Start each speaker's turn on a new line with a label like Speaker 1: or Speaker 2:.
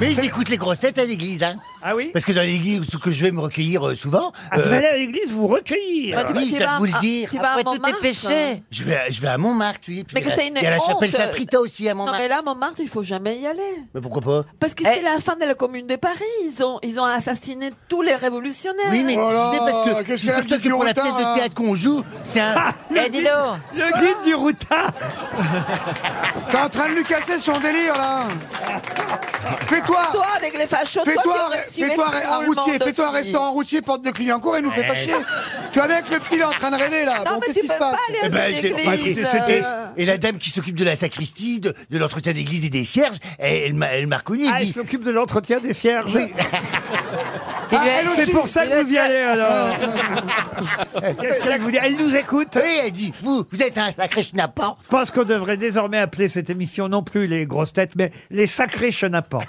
Speaker 1: Mais j'écoute les grosses têtes à l'église, hein.
Speaker 2: Ah oui
Speaker 1: Parce que dans l'église où que je vais me recueillir euh, souvent,
Speaker 2: Ah, vous
Speaker 1: euh,
Speaker 2: allez à l'église vous recueillir.
Speaker 3: Bah, tu vas-
Speaker 1: oui,
Speaker 3: tu
Speaker 1: je viens
Speaker 3: vas-
Speaker 1: de vous le
Speaker 3: ah,
Speaker 1: dire.
Speaker 3: Tu vas à
Speaker 4: Après tout
Speaker 3: Montmartre, hein.
Speaker 4: dépêché.
Speaker 1: je, vais à, je vais à Montmartre, oui. puis
Speaker 3: Mais
Speaker 1: il y
Speaker 3: que
Speaker 1: a
Speaker 3: c'est
Speaker 1: la-
Speaker 3: une
Speaker 1: Il y a la
Speaker 3: honte. euh,
Speaker 1: chapelle Saint-Rita aussi à
Speaker 3: Non
Speaker 1: Montmartre.
Speaker 3: mais
Speaker 1: Mais,
Speaker 3: là, Montmartre, il faut jamais y aller.
Speaker 1: pourquoi pas
Speaker 3: Parce que c'était la fin de la commune de Paris. Ils ont, ils ont assassiné tous les révolutionnaires.
Speaker 1: Oui, mais
Speaker 5: Oh là,
Speaker 1: je dis parce que
Speaker 5: qu'est-ce
Speaker 1: il faut
Speaker 5: qu'elle a
Speaker 1: surtout
Speaker 5: dit
Speaker 1: que pour la
Speaker 5: plus
Speaker 1: pièce
Speaker 5: longtemps, hein
Speaker 1: de théâtre qu'on joue, c'est
Speaker 3: Ah,
Speaker 1: un.
Speaker 4: Eh, dis donc.
Speaker 2: Le guide du routard.
Speaker 5: T'es en train de lui casser son délire là Fais-toi
Speaker 3: Toi, avec les fachos, toi, tu
Speaker 5: Fais-toi
Speaker 3: aurais tué
Speaker 5: fais-toi
Speaker 3: tout
Speaker 5: un
Speaker 3: le
Speaker 5: routier,
Speaker 3: monde
Speaker 5: fais-toi un
Speaker 3: aussi.
Speaker 5: restaurant routier, porte de Clignancourt et nous fais pas chier Tu vois bien que le petit il est en train de rêver là
Speaker 3: Non,
Speaker 5: Bon,
Speaker 3: mais
Speaker 5: qu'est-ce
Speaker 3: tu
Speaker 5: qui
Speaker 3: peux
Speaker 5: se
Speaker 3: pas
Speaker 5: passe
Speaker 3: aller
Speaker 1: Eh
Speaker 3: à
Speaker 1: ben,
Speaker 3: cette
Speaker 1: c'est-
Speaker 5: Ah,
Speaker 1: bah, écoutez,
Speaker 3: église.
Speaker 1: c'était-
Speaker 3: euh.
Speaker 1: et la dame qui s'occupe de la sacristie, de, de l'entretien d'église et des cierges, elle, elle m'a- elle m'a reconnu. Elle
Speaker 2: Ah, il
Speaker 1: dit
Speaker 2: s'occupe de l'entretien des cierges.
Speaker 1: Oui.
Speaker 4: C'est
Speaker 5: Ah,
Speaker 4: lui-
Speaker 5: elle aussi.
Speaker 2: C'est pour ça que vous y allez alors.
Speaker 1: Euh,
Speaker 2: Qu'est-ce qu'elle vous dit Elle nous écoute.
Speaker 1: Oui, elle dit Vous, vous êtes un sacré schnappant.
Speaker 2: Je pense qu'on devrait désormais appeler cette émission non plus les grosses têtes, mais les sacrés chenapans.